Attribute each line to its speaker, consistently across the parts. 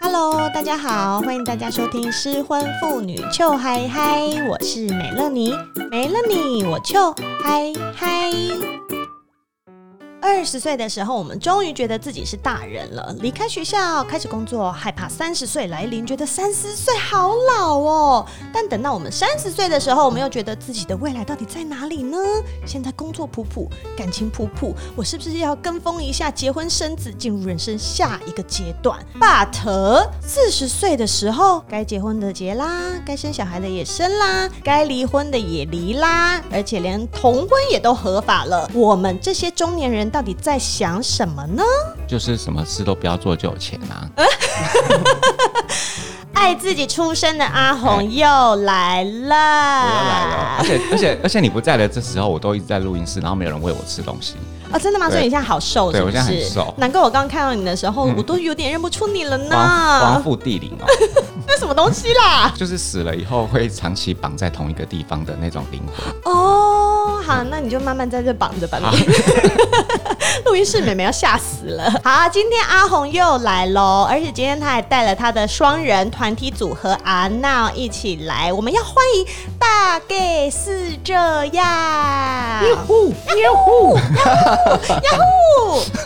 Speaker 1: Hello，大家好，欢迎大家收听失婚妇女糗嗨嗨，我是美乐妮，没了你我糗嗨嗨。二十岁的时候，我们终于觉得自己是大人了，离开学校开始工作，害怕三十岁来临，觉得三十岁好老哦。但等到我们三十岁的时候，我们又觉得自己的未来到底在哪里呢？现在工作普普，感情普普，我是不是要跟风一下，结婚生子，进入人生下一个阶段？But 四十岁的时候，该结婚的结啦，该生小孩的也生啦，该离婚的也离啦，而且连同婚也都合法了。我们这些中年人到底在想什么呢？
Speaker 2: 就是什么事都不要做就有钱啊！
Speaker 1: 爱自己出生的阿红又来了，
Speaker 2: 我要哎来了，而且而且而且你不在的这时候，我都一直在录音室，然后没有人喂我吃东西。
Speaker 1: 哦，真的吗？
Speaker 2: 对
Speaker 1: 所以你现在好瘦，
Speaker 2: 对
Speaker 1: 是不
Speaker 2: 我
Speaker 1: 是？
Speaker 2: 现在很瘦嗯
Speaker 1: 难怪我刚刚看到你的时候，我都有点认不出你了
Speaker 2: 王王
Speaker 1: 呢。
Speaker 2: 父地灵哦，
Speaker 1: 那什么东西啦？
Speaker 2: 就是死了以后会长期绑在同一个地方的那种灵魂。
Speaker 1: 哦，好，那你就慢慢在这绑着吧。你 录音室妹妹要吓死了。好，今天阿红又来喽，而且今天她还带了她的双人团体组合阿闹一起来，我们要欢迎大概是这样。
Speaker 2: 呼，
Speaker 1: 呀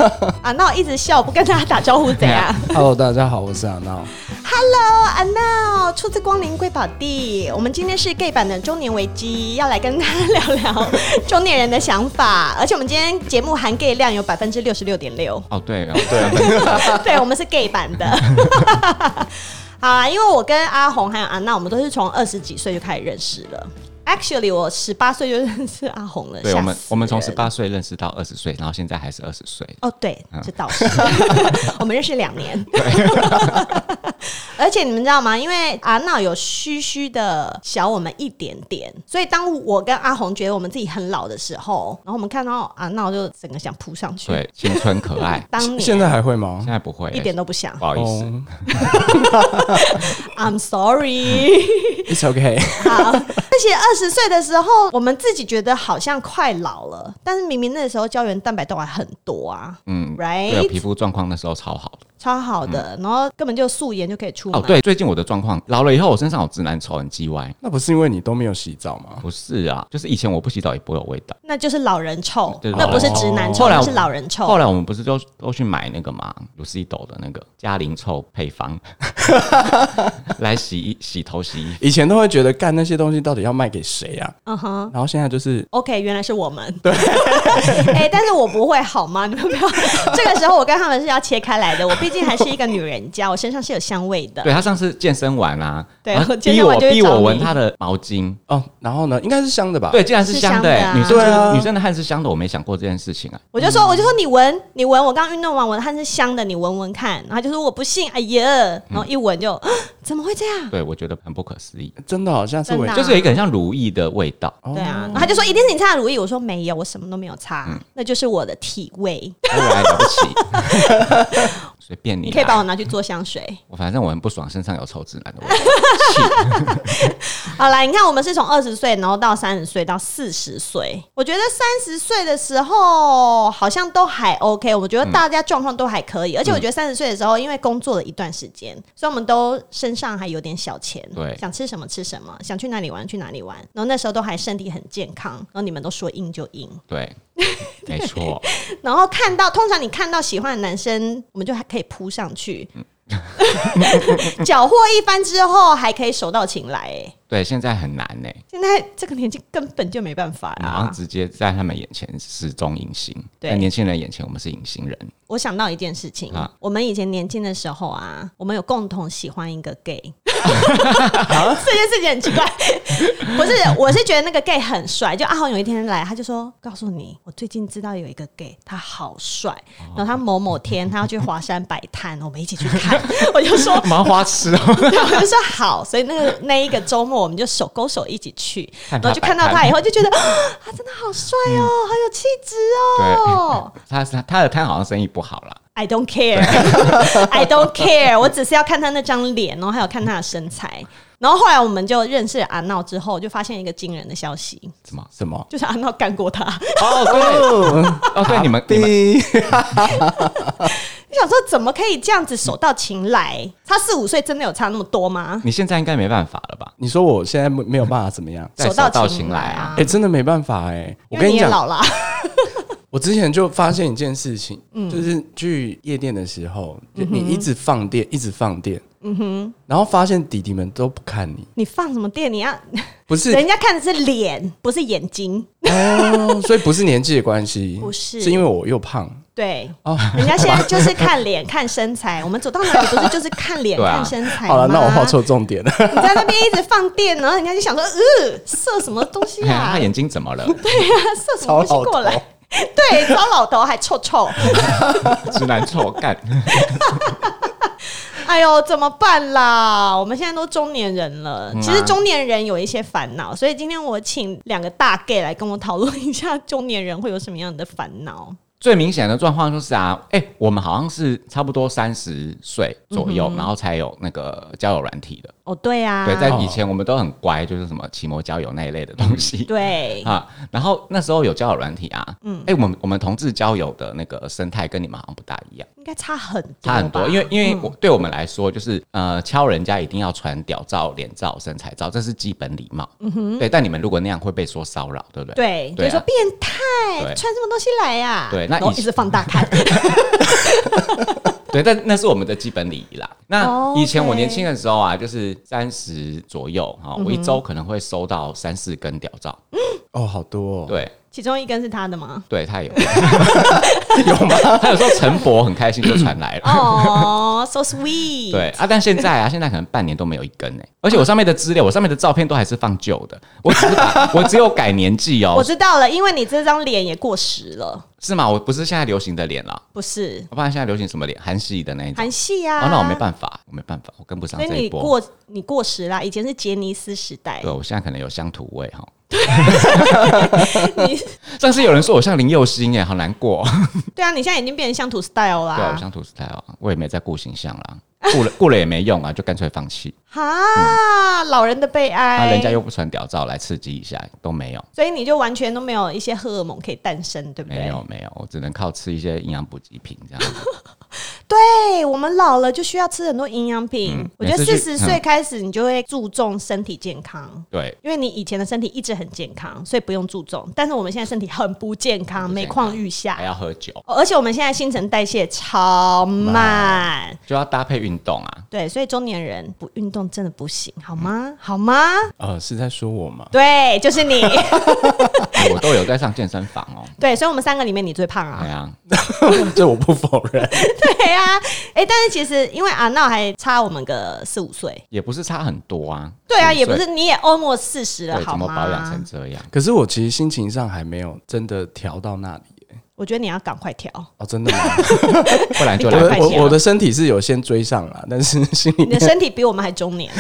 Speaker 1: 呼！阿闹一直笑，不跟大家打招呼怎样？
Speaker 3: Hello，大家好，我是阿闹。
Speaker 1: Hello，阿闹，初次光临贵宝地。我们今天是 gay 版的中年危机，要来跟大家聊聊中年人的想 法。而且我们今天节目含 gay 量有百分之六十六点六，
Speaker 2: 哦对哦对，
Speaker 1: 对我们是 gay 版 的。好啦，因为我跟阿红还有阿娜，我们都是从二十几岁就开始认识了。Actually，我十八岁就认识阿红了。
Speaker 2: 对我
Speaker 1: 吓
Speaker 2: 们
Speaker 1: 死
Speaker 2: 我们从
Speaker 1: 人
Speaker 2: 十八岁认识到二十岁，然后现在还是二十岁。
Speaker 1: 哦，对，这倒是，我们认识两年。 而且你们知道吗？因为阿闹有虚虚的小我们一点点，所以当我跟阿红觉得我们自己很老的时候，然后我们看到阿闹就整个想扑上去。，
Speaker 2: 对，青春可爱
Speaker 1: 当
Speaker 3: 现
Speaker 1: 年
Speaker 3: 在还会吗
Speaker 2: 现？在不会
Speaker 1: 一点都不想
Speaker 2: 不好意思。
Speaker 3: 哦
Speaker 1: ，I'm sorry。
Speaker 3: ，It's OK。
Speaker 1: 好，而且二十岁的时候，我们自己觉得好像快老了，但是明明那时候胶原蛋白都还很多啊，
Speaker 2: 嗯，对，
Speaker 1: ，right，
Speaker 2: 皮肤状况那时候超好的。
Speaker 1: 超好的，然后根本就素颜就可以出门。
Speaker 2: 哦，对，最近我的状况老了以后，我身上有直男丑很叽歪。
Speaker 3: 那不是因为你都没有洗澡吗？
Speaker 2: 不是啊，就是以前我不洗澡也不会有味道。
Speaker 1: 那就是老人臭，
Speaker 2: 对
Speaker 1: 那不是直男臭，
Speaker 2: 后来
Speaker 1: 那
Speaker 2: 我
Speaker 1: 是老人
Speaker 2: 后
Speaker 1: 臭。
Speaker 2: 来我们不是都都去买那个嘛，鲁西斗的那个加龄臭配方， 来洗衣洗头洗衣。
Speaker 3: 以前都会觉得干那些东西到底要卖给谁啊？
Speaker 1: 嗯哼。
Speaker 3: 然后现在就是，
Speaker 1: OK，原来是我们。对， 哎、但是我不会好吗？你们不要。 这个时候我跟他们是要切开来的，我毕竟还是一个女人 家，我身上是有香味的。
Speaker 2: 对他上次健身完啊，
Speaker 1: 对
Speaker 2: 然后
Speaker 1: 我健
Speaker 2: 逼
Speaker 1: 身完
Speaker 2: 我
Speaker 1: 就会
Speaker 2: 逼
Speaker 1: 找
Speaker 2: 我
Speaker 1: 你
Speaker 2: 闻他的毛巾，
Speaker 3: 哦，然后呢，应该是香的吧？，
Speaker 2: 对，竟然是
Speaker 1: 是
Speaker 2: 香的、
Speaker 1: 香的啊
Speaker 2: 欸，女生
Speaker 3: 对啊
Speaker 2: 的女生的汗是香的，我没想过这件事情啊。
Speaker 1: 我就说，我就说你闻，你闻，我刚运动完，我的汗是香的，你闻闻看。然后他就说我不信，哎呀，
Speaker 2: 嗯
Speaker 1: 然后一闻就、 啊怎么会这样？
Speaker 2: 对，我觉得很不可思议，
Speaker 3: 真的好像是
Speaker 1: 真
Speaker 3: 我
Speaker 1: 的啊
Speaker 2: 就是有一个很像如意的味道。
Speaker 3: 哦
Speaker 1: 对啊，然后他就说一定是你擦的乳液，我说没有，我什么都没有擦，
Speaker 2: 嗯
Speaker 1: 那就是我的体味。
Speaker 2: 哎我还了不起， 随便你啊
Speaker 1: 你
Speaker 2: 啦。
Speaker 1: 可以把我拿去做香水。
Speaker 2: 我反正我很不爽，身上有臭直男的味道。
Speaker 1: 好啦，你看，我们是从二十岁，然后到三十岁，到四十岁。我觉得三十岁的时候好像都还 OK，我觉得大家状况都还可以。而且我觉得三十岁的时候，因为工作了一段时间，所以我们都身上还有点小钱，
Speaker 2: 对
Speaker 1: 想吃什么吃什么，想去哪里玩去哪里玩。然后那时候都还身体很健康，然后你们都说硬就硬。
Speaker 2: 对，没错。
Speaker 1: 然后看到，通常你看到喜欢的男生，我们就还可以扑上去。 缴获一番之后，还可以手到擒来、哎，
Speaker 2: 对，现在很难欸呢、
Speaker 1: 现在这个年纪根本就没办法
Speaker 2: 然后
Speaker 1: 啦。
Speaker 2: 直接在他们眼前失踪隐形。
Speaker 1: 啊对
Speaker 2: 在年轻人眼前，我们是隐形 人。
Speaker 1: 我想到一件事情，
Speaker 2: 啊
Speaker 1: 我们以前年轻的时候啊，我们有共同喜欢一个 gay，这 件事情很奇怪。 不是，我是觉得那个 gay 很帅，就阿红有一天来，他就说：“告诉你，我最近知道有一个 gay，他好帅。然后他某某天他要去华山摆摊，我们一起去看。我就说
Speaker 2: 麻花痴哦，
Speaker 1: 对，我就说好，所以那个那一个周末我们就手勾手一起去，
Speaker 2: 看
Speaker 1: 然
Speaker 2: 他
Speaker 1: 后就看到
Speaker 2: 摆
Speaker 1: 他
Speaker 2: 摊
Speaker 1: 以后就觉得啊，他真的好帅哦，好有气质哦。
Speaker 2: 他是他的摊好像生意不好啦。
Speaker 1: I don't care, I don't care，我只是要看他那张脸，哦然后还有看他的身材。然后后来我们就认识了阿闹之后，就发现一个惊人的消息，
Speaker 2: 怎么？
Speaker 3: 什么？
Speaker 1: 就是阿闹干过他。
Speaker 2: 哦，对，哦，对，你们你们
Speaker 3: 哔，
Speaker 1: 我想说，怎么可以这样子手到擒来？差四五岁真的有差那么多吗？
Speaker 2: 你现在应该没办法了吧？
Speaker 3: 你说我现在没没有办法怎么样？
Speaker 2: 再
Speaker 1: 手到
Speaker 2: 手到
Speaker 1: 擒
Speaker 2: 擒
Speaker 1: 来
Speaker 2: 来啊
Speaker 3: 哎、真的没办法哎、
Speaker 1: 嗯
Speaker 3: 我
Speaker 1: 因
Speaker 3: 跟
Speaker 1: 为你
Speaker 3: 你
Speaker 1: 也
Speaker 3: 讲，
Speaker 1: 老了，啊
Speaker 3: 我之前就发现一件事情，就是去夜店的时候，
Speaker 1: 嗯
Speaker 3: 就你一直放电，一直放电，然后发现弟弟们都不看你，
Speaker 1: 你放什么电？你要
Speaker 3: 不是
Speaker 1: 人家看的是脸，不是眼睛。
Speaker 3: 哦，所以不是年纪的关系，
Speaker 1: 不是
Speaker 3: 是因为我又胖，
Speaker 1: 对，人家现在就是看脸、看身材。我们走到哪里不是就是看脸、
Speaker 2: 对啊
Speaker 1: 看身材吗？
Speaker 3: 好了，那我画错重点了。
Speaker 1: 你在那边一直放电，然后人家就想说，呃，射什么东西
Speaker 2: 哎呀
Speaker 1: 啊
Speaker 2: 他？眼睛怎么了？
Speaker 1: 射什么东西过
Speaker 3: 糟老
Speaker 1: 来？ 对，糟老头还臭臭，
Speaker 2: 直男臭干，
Speaker 1: 哎呦，怎么办啦？我们现在都中年人了，
Speaker 2: 嗯啊
Speaker 1: 其实中年人有一些烦恼，所以今天我请两个大 gay 来跟我讨论一下中年人会有什么样的烦恼。
Speaker 2: 最明显的状况就是啊，哎、我们好像是差不多三十岁左右，然后才有那个交友软体的。
Speaker 1: 哦，对啊，
Speaker 2: 对，在
Speaker 3: 哦
Speaker 2: 以前我们都很乖，就是什么骑摩交友那一类的东
Speaker 1: 嗯
Speaker 2: 西。
Speaker 1: 对
Speaker 2: 啊，然后那时候有交友软体啊，嗯，哎、我们我们同志交友的那个生态跟你们好像不大一样，
Speaker 1: 应该差很多吧，
Speaker 2: 差很多，因为因为我、对我们来说，就是呃，敲人家一定要传屌照、脸照、身材照，这是基本礼貌，嗯哼，对，但你们如果那样会被说骚扰，对不对？
Speaker 1: 对，就
Speaker 2: 对啊
Speaker 1: 说变态
Speaker 2: 对
Speaker 1: 穿什么东西来呀？
Speaker 2: 对那
Speaker 1: 然后
Speaker 2: 以
Speaker 1: 一直放大 看，
Speaker 2: 对，但那是我们的基本礼仪啦。
Speaker 1: 哦
Speaker 2: 那以前我
Speaker 1: OK
Speaker 2: 年轻的时候啊，就是三十左右哈、我一周可能会收到三四根屌照，
Speaker 3: 哦，好多、哦，
Speaker 2: 对。
Speaker 1: 其中一根是他的 吗？
Speaker 2: 对他有有吗？他有时候陈博很开心就传来了，
Speaker 1: 哦，so sweet，
Speaker 2: 对，啊，但现在啊，现在可能半年都没有一根哎、而且我上面的资料，我上面的照片都还是放旧的，我只是把我只有改年 纪哦、
Speaker 1: 我知道了，因为你这张脸也过时了，
Speaker 2: 是吗？我不是现在流行的脸啦，啊
Speaker 1: 不是
Speaker 2: 我发现现在流行什么脸，韩系的那一种，
Speaker 1: 韩系啊、
Speaker 2: 哦，那我没办法，我没办法，我跟不上
Speaker 1: 所以
Speaker 2: 这一
Speaker 1: 你
Speaker 2: 波。
Speaker 1: 过你过时啦，以前是杰尼斯时代
Speaker 2: 对，，我现在可能有乡土味哈。
Speaker 1: 你
Speaker 2: 上次有人说我像林佑星哎，好难过。
Speaker 1: 对啊，你现在已经变成乡土 style
Speaker 2: 对啊，我
Speaker 1: 啦。
Speaker 2: 乡土 style，啊我也没在顾形象啦， 顾了顾了也没用啊，就干脆放弃。
Speaker 1: 哈，老人的悲
Speaker 2: 那
Speaker 1: 哀，
Speaker 2: 嗯啊人家又不传屌照来刺激一下，都没有，
Speaker 1: 所以你就完全都没有一些荷尔蒙可以诞生，对不
Speaker 2: 没
Speaker 1: 对？
Speaker 2: 有没有，我只能靠吃一些营养补给品这样。
Speaker 1: 对，我们老了就需要吃很多营养品。
Speaker 2: 嗯
Speaker 1: 我觉得
Speaker 2: 每
Speaker 1: 四
Speaker 2: 次
Speaker 1: 十
Speaker 2: 去
Speaker 1: 岁开始，你就会注重身体健康。
Speaker 2: 对，
Speaker 1: 因为你以前的身体一直很健康，所以不用注重。但是我们现在身体很不健康，
Speaker 2: 很不健
Speaker 1: 每
Speaker 2: 康哎
Speaker 1: 况愈下
Speaker 2: 还，要喝酒，
Speaker 1: 哦而且我们现在新陈代谢超慢
Speaker 2: 就要搭配运动啊。
Speaker 1: 对，所以中年人不运动真的不行，好
Speaker 2: 嗯
Speaker 1: 吗？好吗？
Speaker 3: 呃，是在说我吗？
Speaker 1: 对，就是 你。
Speaker 2: 哎我都有在上健身房哦。
Speaker 1: 对，所以我们三个里面你最胖
Speaker 2: 对
Speaker 1: 啊。
Speaker 2: 啊，
Speaker 3: 这我不否认。
Speaker 1: 对啊，哎、但是其实因为阿闹还差我们个四五岁。
Speaker 2: 也不是差很多啊。
Speaker 1: 对啊，
Speaker 2: 所以
Speaker 1: 也不是你也 almost 四十了，
Speaker 2: 对
Speaker 1: 好
Speaker 2: 怎么
Speaker 1: 吗？
Speaker 2: 保养成这样？
Speaker 3: 可是我其实心情上还没有真的调到那里耶、
Speaker 1: 我觉得你要赶快调。
Speaker 3: 哦，真的吗？
Speaker 2: 不然就
Speaker 3: 我
Speaker 2: 来
Speaker 1: 赶
Speaker 3: 的
Speaker 1: 快
Speaker 2: 不及
Speaker 1: 调
Speaker 3: 我
Speaker 2: 了
Speaker 3: 我的身体是有先追上了， 但是心里
Speaker 1: 你的身体比我们还中 年，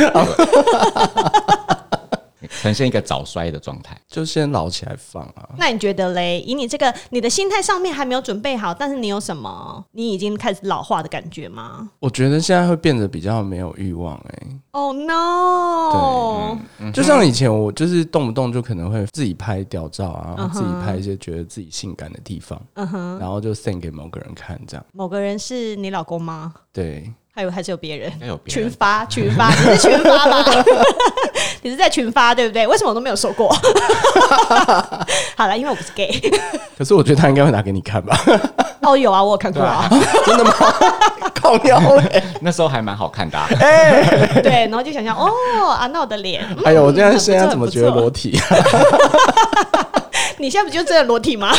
Speaker 2: 呈现一个早衰的状态。
Speaker 3: 就先老起来放啊。
Speaker 1: 那你觉得嘞？以你这个你的心态上面还没有准备好，但是你有什么你已经开始老化的感觉吗
Speaker 3: 我觉得现在会变得比较没有欲望哎、
Speaker 1: ？Oh no！
Speaker 3: 就像以前我就是动不动就可能会自己拍屌照啊，
Speaker 1: 嗯哼
Speaker 3: 自己拍一些觉得自己性感的地方，
Speaker 1: 嗯哼，
Speaker 3: 然后就 send 给某个人看这样。
Speaker 1: 某个人是你老公吗？
Speaker 3: 对，
Speaker 1: 还有还是有别人
Speaker 2: 应？该有别
Speaker 1: 群
Speaker 2: 人，
Speaker 1: 发，群发，你是群发 吧？你是在群发对不对？为什么我都没有收过？好了，因为我不是 gay。
Speaker 3: 可是我觉得他应该会拿给你看吧？
Speaker 1: 哦，有啊，我有看过啊。
Speaker 3: 真的吗？ 靠腰欸嘞！
Speaker 2: 那时候还蛮好看 的、啊。
Speaker 1: 对，然后就想想，哦，阿闹的脸，嗯
Speaker 3: 哎呦，我现在
Speaker 1: 很不错
Speaker 3: 现在怎么觉得
Speaker 1: 很不错
Speaker 3: 裸体啊？
Speaker 1: 你现在不就真的裸体吗？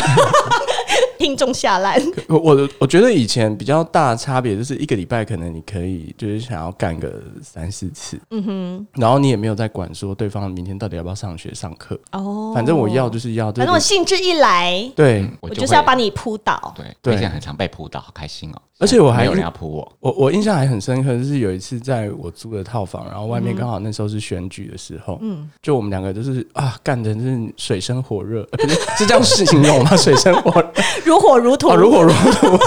Speaker 1: 听众下烂，
Speaker 3: 我我我觉得以前比较大的差别就是一个礼拜可能你可以就是想要干个三四次，嗯哼，然后你也没有在管说对方明天到底要不要上学上课，
Speaker 1: 哦
Speaker 3: 反正我要就是要，
Speaker 1: 反
Speaker 3: 对
Speaker 1: 正我嗯兴致一来，
Speaker 3: 对
Speaker 1: 我
Speaker 2: 哎就
Speaker 1: 就是要
Speaker 3: 啊
Speaker 2: 会
Speaker 1: 把你扑倒。
Speaker 2: 对，
Speaker 3: 对
Speaker 2: 最近很常被扑倒，好开心哦。
Speaker 3: 而且我还
Speaker 2: 没有人要扑我，
Speaker 3: 我我印象还很深刻，就是有一次在我租的套房，然后外
Speaker 1: 嗯
Speaker 3: 面刚好那时候是选举的时候，嗯，就我们两个就是啊干的真是水深火热，呃是这样形容吗？ 水深火热
Speaker 1: 如火如荼。
Speaker 3: 啊， 如火如荼，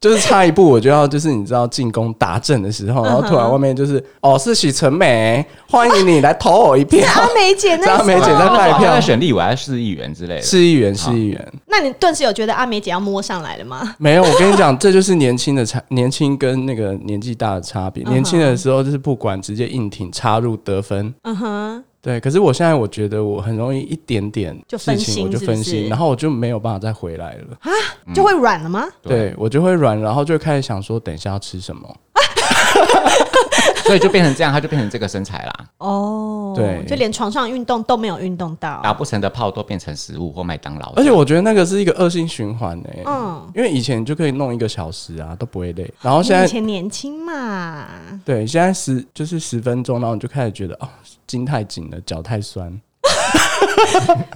Speaker 3: 就是差一步我就要就是你知道进宫打阵的
Speaker 1: 嗯
Speaker 3: 时候，然后突然外面就是、哦是许纯美，欢迎你来投我一票，
Speaker 1: 阿梅姐那
Speaker 3: 是阿梅姐
Speaker 1: 时候
Speaker 3: 在拜
Speaker 2: 好像
Speaker 3: 票
Speaker 2: 哦在，选立委还是市议员之类的。
Speaker 3: 市议员市议员。
Speaker 1: 那你顿时有觉得阿梅姐要摸上来了吗？
Speaker 3: 没有，我跟你讲， 这就是年轻的差，年轻跟那个年纪大的差
Speaker 1: 嗯
Speaker 3: 别。年轻的时候就是不管，直接硬挺插入得分。
Speaker 1: 嗯哼，
Speaker 3: 对，可是我现在我觉得我很容易一点点
Speaker 1: 就
Speaker 3: 事
Speaker 1: 分
Speaker 3: 情
Speaker 1: 心
Speaker 3: 我就是
Speaker 1: 不
Speaker 3: 分
Speaker 1: 是啊
Speaker 3: 心，然后我就没有办法再回来了。
Speaker 1: 就会软了吗？
Speaker 3: 对我就会软，然后就开始想说，等一下要吃什么。
Speaker 2: 所以就变成这样，他就变成这个身材啦，
Speaker 1: 哦，
Speaker 3: 对
Speaker 1: 就连床上运动都没有运动到。
Speaker 2: 打不成的炮都变成食物或麦当劳。
Speaker 3: 而且我觉得那个是一个恶性循环诶、
Speaker 1: 嗯，
Speaker 3: 因为以前就可以弄一个小时啊，都不会累。然后现
Speaker 1: 你以
Speaker 3: 在
Speaker 1: 前年轻嘛，
Speaker 3: 对，现在十就是十分钟，然后你就开始觉得哦，筋太紧了，脚太酸。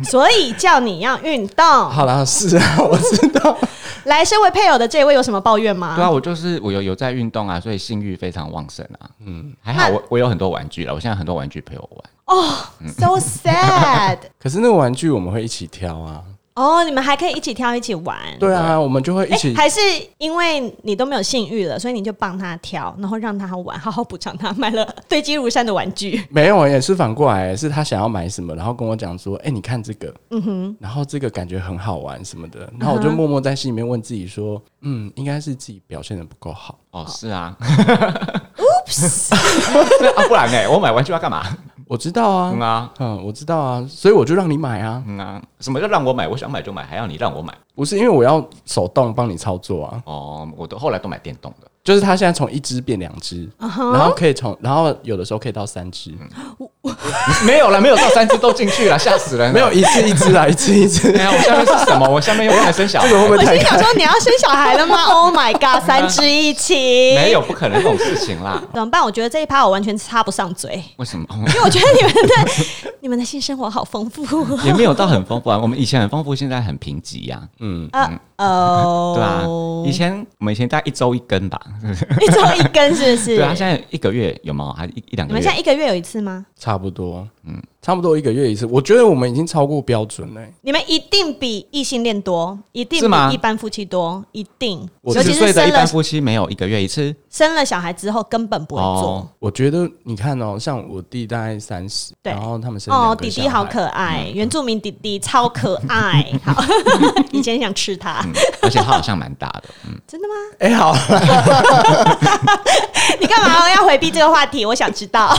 Speaker 1: 所以叫你要运动。
Speaker 3: 好啦，是 啊，我知道。
Speaker 1: 来，身为配偶的这位有什么抱怨吗？
Speaker 2: 对啊，我就是我有有在运动啊，所以性欲非常旺盛啊。嗯，还好
Speaker 1: 那
Speaker 2: 我我有很多玩具了，我现在很多玩具陪我玩。
Speaker 1: So sad
Speaker 3: 可是那个玩具我们会一起挑啊。
Speaker 1: 哦，你们还可以一起跳一起玩。
Speaker 3: 对啊，我们就会一
Speaker 1: 哎，
Speaker 3: 起。
Speaker 1: 还是因为你都没有性欲了，所以你就帮他挑，然后让他玩，好好补偿他，买了堆积如山的玩具。
Speaker 3: 没有，也是反过来，是他想要买什么，然后跟我讲说：“哎、你看这个，嗯哼，然后这个感觉很好玩什么的。”然后我就默默在心里面问自己说：“嗯，应该是自己表现的不够好。
Speaker 2: 哦，是啊。Oops，啊， 不然哎、我买玩具要干嘛？”
Speaker 3: 我知道
Speaker 2: 嗯
Speaker 3: 啊，
Speaker 2: 啊，
Speaker 3: 嗯，我知道啊，所以我就让你买啊，
Speaker 2: 嗯啊，什么叫让我买？我想买就买，还要你让我买？
Speaker 3: 不是因为我要手动帮你操作啊，
Speaker 2: 哦，我都后来都买电动的。
Speaker 3: 就是他现在从一只变两只，
Speaker 1: Uh-huh
Speaker 3: 然后可以从，然后有的时候可以到三只，
Speaker 2: 没有了，没有到三只都进去了， 吓死人了！
Speaker 3: 没有一只一只啊，一只一 只
Speaker 2: 哎，呀，我下面是什么？我下面又不能生小孩，
Speaker 3: 这个会不
Speaker 1: 我
Speaker 3: 会
Speaker 1: 心
Speaker 3: 太
Speaker 1: 里想 说，你要生小孩了吗？Oh my god，三只一起。
Speaker 2: 没有不可能这种事情啦。
Speaker 1: 怎么办？我觉得这一趴我完全插不上嘴，
Speaker 2: 为什么？
Speaker 1: 因为我觉得你们的你们的性生活好丰富。
Speaker 2: 也没有到很丰富啊。我们以前很丰富，现在很贫瘠呀、
Speaker 1: 呃哦，
Speaker 2: 对啊，以前我们以前大概一周一根吧，
Speaker 1: 一周一根是不是？
Speaker 2: 对啊，现在一个月有没有？还一一两
Speaker 1: 你们
Speaker 2: 个月
Speaker 1: 现在？一个月有一次吗？
Speaker 3: 差不多，嗯，差不多一个月一次。我觉得我们已经超过标准了欸、
Speaker 1: 你们一定比异性恋多，一定
Speaker 2: 是吗
Speaker 1: 比一般夫妻多，一定。
Speaker 3: 我
Speaker 1: 尤其
Speaker 2: 40
Speaker 1: 是
Speaker 2: 岁的
Speaker 1: 生
Speaker 2: 一
Speaker 1: 了
Speaker 2: 般夫妻没有一个月一次哦
Speaker 1: 生了小孩之后，根本不会做。，哦
Speaker 3: 我觉得你看哦，像我弟大概三十，
Speaker 1: 对
Speaker 3: 然后他们生
Speaker 1: 哦，
Speaker 3: 两个
Speaker 1: 弟弟
Speaker 3: 小
Speaker 1: 好
Speaker 3: 孩嗯
Speaker 1: 可爱，原住民弟弟超可爱。 好， 以前想吃他，
Speaker 2: 嗯，而且他好像蛮大的，嗯，
Speaker 1: 真的吗？
Speaker 3: 哎、好，
Speaker 1: 你干嘛要回避这个话题？我想知道。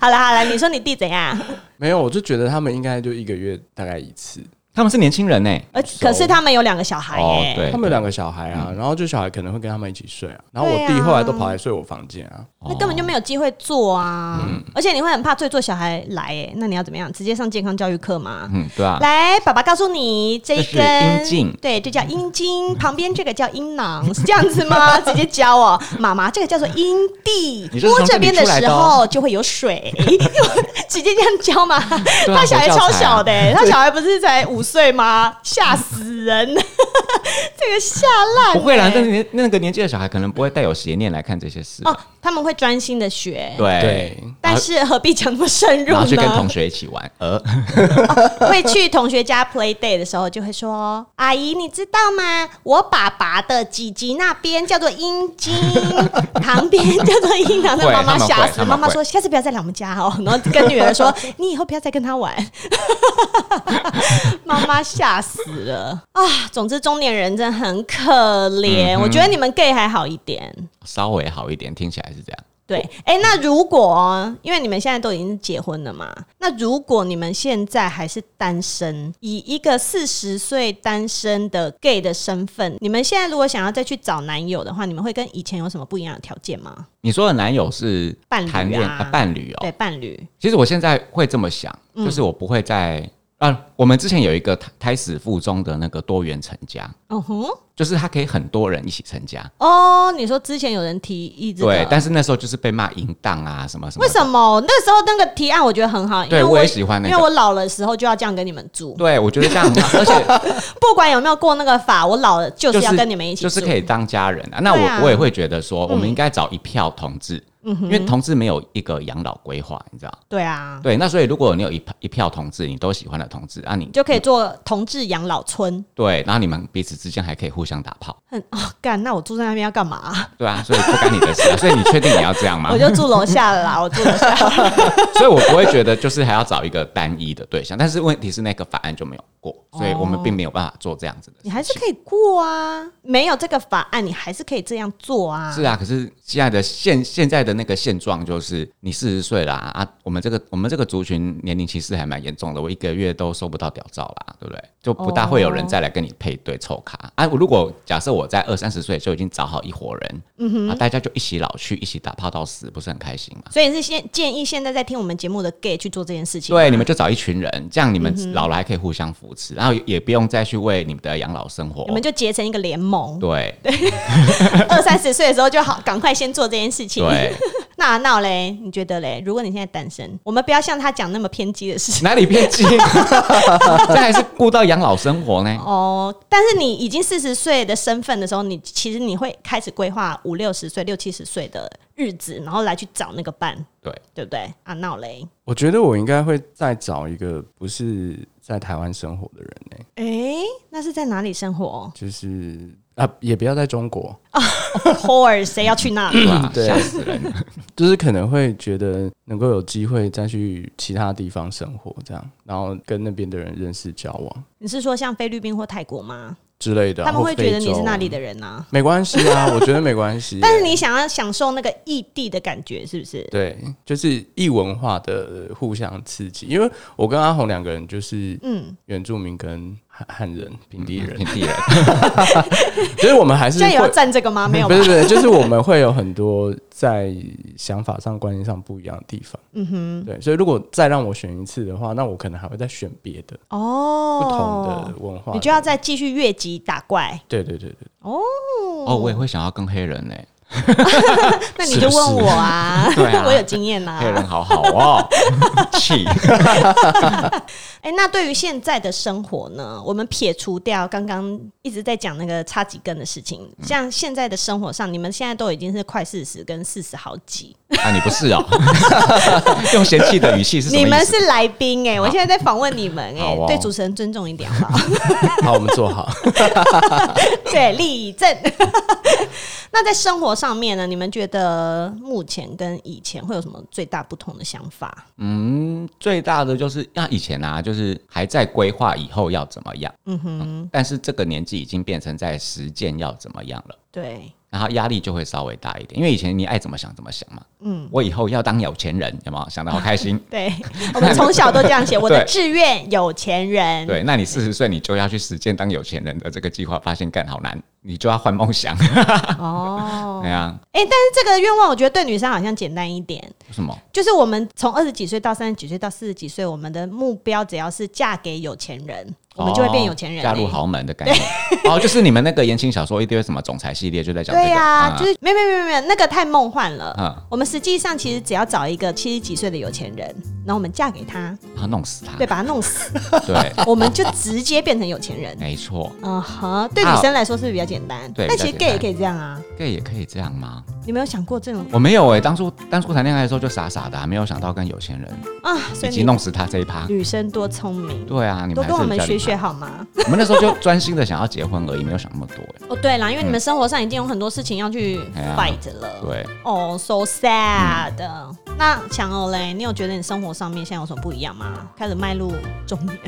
Speaker 1: 好了好了，你说你弟怎样？
Speaker 3: 没有，我就觉得他们应该就一个月大概一次。
Speaker 2: 他们是年轻人呢、
Speaker 1: 而呃可是他们有两个小孩
Speaker 2: 哦
Speaker 1: 耶、，
Speaker 2: 对，
Speaker 3: 他们有两个小孩啊，然后就小孩可能会跟他们一起睡啊，然后
Speaker 1: 对
Speaker 3: 我
Speaker 1: 啊
Speaker 3: 弟后来都跑来睡我房间啊，
Speaker 1: 那根本就没有机会做啊！
Speaker 3: 嗯
Speaker 1: 而且你会很怕最做小孩来、耶，那你要怎么样？直接上健康教育课吗？
Speaker 2: 嗯，对啊，
Speaker 1: 来，爸爸告诉你，这一
Speaker 2: 这是
Speaker 1: 根
Speaker 2: 阴茎
Speaker 1: 对，这叫阴茎，旁边这个叫阴囊， 是这样子吗？直接教哦，妈妈，这个叫做阴蒂
Speaker 2: 你，是
Speaker 1: 摸
Speaker 2: 从
Speaker 1: 这
Speaker 2: 这里
Speaker 1: 边的
Speaker 2: 出来
Speaker 1: 时
Speaker 2: 的哦
Speaker 1: 候就会有水， 直接这样教吗？
Speaker 2: 对啊
Speaker 1: 他小孩
Speaker 2: 活教
Speaker 1: 超
Speaker 2: 材啊
Speaker 1: 小的、欸，他小孩不是才五岁吗？吓死人！ 这个吓烂、欸，
Speaker 2: 不会啦，那年那个年纪的小孩可能不会带有邪念来看这些事，
Speaker 1: 哦，他们会专心的学，
Speaker 2: 对，
Speaker 3: 对
Speaker 1: 但是何必讲那么深入
Speaker 2: 然后
Speaker 1: 呢？
Speaker 2: 去跟同学一起玩，呃，
Speaker 1: 会去同学家 play day 的时候，就会说：“阿姨，你知道吗？我爸爸的几级那边叫做阴 茎，旁边叫做阴囊。”那
Speaker 2: 会
Speaker 1: 妈妈
Speaker 2: 他们
Speaker 1: 吓
Speaker 2: 会
Speaker 1: 死，
Speaker 2: 他们
Speaker 1: 妈妈
Speaker 2: 会
Speaker 1: 说：“下次不要再来我们家哦。”然后跟女儿说：“ 你以后不要再跟他玩。” 妈妈吓死了啊！总之，中年人真的很可
Speaker 2: 嗯
Speaker 1: 怜。我觉得你们 gay 还好一点。
Speaker 2: 稍微好一点，听起来是这样。
Speaker 1: 对，哎、那如果因为你们现在都已经是结婚了嘛，那如果你们现在还是单身，以一个四十岁单身的 gay 的身份，你们现在如果想要再去找男友的话，你们会跟以前有什么不一样的条件吗？
Speaker 2: 你说的男友是
Speaker 1: 伴侣
Speaker 2: 谈恋
Speaker 1: 啊
Speaker 2: 啊伴侣哦，
Speaker 1: 对，嗯伴侣，
Speaker 2: 其实我现在会这么想，就是我不会再啊。我们之前有一个胎胎死腹中的那个多元成家，
Speaker 1: 嗯哼，
Speaker 2: 就是他可以很多人一起成家。
Speaker 1: 哦，你说之前有人提议这个，啊
Speaker 2: 对，但是那时候就是被骂淫荡啊，什么什么。
Speaker 1: 为什？么那时候那个提案我觉得很好？因
Speaker 2: 对
Speaker 1: 为
Speaker 2: 我也喜欢那个
Speaker 1: 因为我老了时候就要这样跟你们住，
Speaker 2: 对，我觉得这样很好，而且
Speaker 1: 不管有没有过那个法，我老了就是
Speaker 2: 就
Speaker 1: 要跟你们一起
Speaker 2: 就
Speaker 1: 住，
Speaker 2: 是可以当家人啊。那
Speaker 1: 对啊嗯
Speaker 2: 我我也会觉得说，我们应该找一票同志，因为同志没有一个养老规划，你知道？
Speaker 1: 对啊，
Speaker 2: 对，那所以如果你有一票一票同志，你都喜欢的同志啊你，
Speaker 1: 你就可以做同志养老村。
Speaker 2: 对，然后你们彼此之间还可以互相打炮，
Speaker 1: 很哦，干，那我住在那边要干嘛、
Speaker 2: 对啊，所以不干你的事啊。所以你确定你要这样吗
Speaker 1: 我？就住楼下了啦，我住楼下。
Speaker 2: 所以我不会觉得就是还要找一个单一的对象，但是问题是那个法案就没有过，所以我们并没有办法做这样子的事情。
Speaker 1: 哦你还是可以过啊，没有这个法案，你还是可以这样做啊。
Speaker 2: 是啊，可是现在的现现在的那个现状就是，你四十岁啦啊，我们这个我们这个族群年龄歧视还蛮严重的，我一个月都收不到屌照啦，对不对？就不大会有人再来跟你配对凑卡、啊。我如果假设我在二三十岁就已经找好一伙人，
Speaker 1: 嗯
Speaker 2: 啊，大家就一起老去，一起打炮到死，不是很开心吗？
Speaker 1: 所以是先建议现在在听我们节目的 gay 去做这件事情。
Speaker 2: 对，你们就找一群人，这样你
Speaker 1: 嗯
Speaker 2: 们老了还可以互相扶持，然后也不用再去为你们的养老生活
Speaker 1: 你。们就结成一个联盟，
Speaker 2: 对
Speaker 1: 二三十岁的时候就好，赶快先做这件事情。
Speaker 2: 对，
Speaker 1: 那闹嘞，你觉得嘞？如果你现在单身，我们不要像他讲那么偏激的事情
Speaker 2: 哪里偏激？ 这还是顾到养老生活 呢？
Speaker 1: 哦。但是你已经四十岁的身份的时候，你其实你会开始规划五六十岁、六七十岁的日子，然后来去找那个伴，
Speaker 2: 对。
Speaker 1: 对不对？啊，闹嘞，
Speaker 3: 我觉得我应该会再找一个不是在台湾生活的人呢、
Speaker 1: 哎、那是在哪里生活
Speaker 3: 就是啊，也不要在中国，
Speaker 1: ？Of course，谁要去那？
Speaker 2: 哇，
Speaker 3: 对
Speaker 2: 啊吓死人！
Speaker 3: 就是可能会觉得能够有机会再去其他地方生活，这样，然后跟那边的人认识交往
Speaker 1: 你是说像菲律宾或泰国吗？
Speaker 3: 之类的啊。
Speaker 1: 他们会觉得
Speaker 3: 或
Speaker 1: 你
Speaker 3: 非
Speaker 1: 是
Speaker 3: 洲
Speaker 1: 那里的人啊。
Speaker 3: 没关系 啊，我觉得没关系。
Speaker 1: 但是你想要享受那个异地的感觉，是不是？
Speaker 3: 对，就是异文化的互相刺激，因为我跟阿红两个人就是
Speaker 1: 嗯，
Speaker 3: 原住民跟汉汉人、平地 人
Speaker 2: 平，地人，
Speaker 3: 所以我们还是
Speaker 1: 现在有要
Speaker 3: 会。
Speaker 1: 站这个吗？没有
Speaker 3: 不
Speaker 1: 吧
Speaker 3: 是？不是，就是我们会有很多在想法上、观念上不一样的地方。嗯哼，对，所以如果再让我选一次的话，那我可能还会再选别的
Speaker 1: 哦，
Speaker 3: 不同的文化。
Speaker 1: 你就要再继续越级打 怪
Speaker 3: 对对对对，
Speaker 2: 哦，我也会想要跟黑人呢、
Speaker 1: 那你就问我啊，
Speaker 2: 是对啊
Speaker 1: 我有经验啦、
Speaker 2: 黑
Speaker 3: 啊
Speaker 2: 人好好哦，气。啊
Speaker 1: 哎、那对于现在的生活呢，我们撇除掉刚刚一直在讲那个差几根的事情，像现在的生活上，你们现在都已经是快四十跟四十好几，
Speaker 2: 啊，你不是哦？ 用嫌弃的语气是什么 意
Speaker 1: 你
Speaker 2: 思？
Speaker 1: 们是来宾哎、我现在在访问你们哎、
Speaker 2: 好哦
Speaker 1: 对主持人尊重一点好 不好？
Speaker 3: 好，我们做 好。
Speaker 1: 对，立正。 那在生活上面呢，你们觉得目前跟以前会有什么最大不同的想法？
Speaker 2: 嗯，最大的就是那以前啊，就是还在规划以后要怎么样，嗯哼，但是这个年纪已经变成在实践要怎么样了。
Speaker 1: 对，
Speaker 2: 然后压力就会稍微大一点，因为以前你爱怎么想怎么想嘛。嗯，我以后要当有钱人，有没有想得好 开心？
Speaker 1: 对，我们从小都这 样写。我的志愿有钱人，
Speaker 2: 对，那你四十岁你就要去实践当有钱人的这个计划，发现干好难，你就要换梦想。
Speaker 1: 哦。
Speaker 2: 对啊，
Speaker 1: 哎、但是这个愿望我觉得对女生好像简单一点，
Speaker 2: 为什么？
Speaker 1: 就是我们从二十几岁到三十几岁到四十几岁，我们的目标只要是嫁给有钱人，我们就会变有钱人、欸
Speaker 2: 哦嫁入。豪门的概念。哦，就是你们那个言情小说一堆什么总裁系列就在讲这个。
Speaker 1: 对呀、啊
Speaker 2: 嗯
Speaker 1: 就是没有没有没有没有，那个太梦幻了。
Speaker 2: 嗯
Speaker 1: 我们实际上其实只要找一个七十几岁的有钱人，然后我们嫁给他，
Speaker 2: 他啊弄死他。
Speaker 1: 对，把他弄 死，
Speaker 2: 对，
Speaker 1: 我们就直接变成有钱人。
Speaker 2: 没错。
Speaker 1: 嗯哼，对女生来说是不是比较简单？
Speaker 2: 对
Speaker 1: 但其实
Speaker 2: 比较
Speaker 1: gay 也可以
Speaker 2: 简单
Speaker 1: 这样啊。
Speaker 2: gay 也可以这样吗？
Speaker 1: 你没有想过这种
Speaker 2: 我没有哎、当初当初谈恋爱的时候就傻傻的啊、没有想到跟有钱人
Speaker 1: 啊？所
Speaker 2: 以
Speaker 1: 以
Speaker 2: 及
Speaker 1: 女
Speaker 2: 弄死他这一趴。
Speaker 1: 女生多聪明，
Speaker 2: 对啊，你
Speaker 1: 多
Speaker 2: 们还
Speaker 1: 跟我
Speaker 2: 是
Speaker 1: 们
Speaker 2: 比较
Speaker 1: 学
Speaker 2: 厉
Speaker 1: 学
Speaker 2: 害。
Speaker 1: 好吗？
Speaker 2: 我们那时候就专心的想要结婚而已，没有想那么多、欸。
Speaker 1: 哦，对啦，因为你们生活上已经有很多事情要去
Speaker 2: 哎呀
Speaker 1: fight 了。
Speaker 2: 对，
Speaker 1: 哦、s o sad、那强欧嘞，你有觉得你生活上面现在有什么不一样吗？开始迈入中年，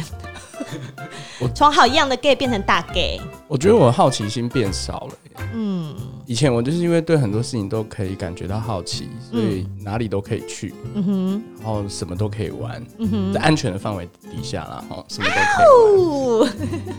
Speaker 1: 从好样的 gay 变成大 gay，
Speaker 3: 我觉得我好奇心变少了耶。
Speaker 1: 嗯
Speaker 3: 以前我就是因为对很多事情都可以感觉到好奇，所以哪里都可以去，
Speaker 1: 嗯哼，
Speaker 3: 然后什么都可以玩，
Speaker 1: 嗯哼。
Speaker 3: 在安全的范围底下啦，哈，什么都可以
Speaker 1: 哦
Speaker 3: 玩，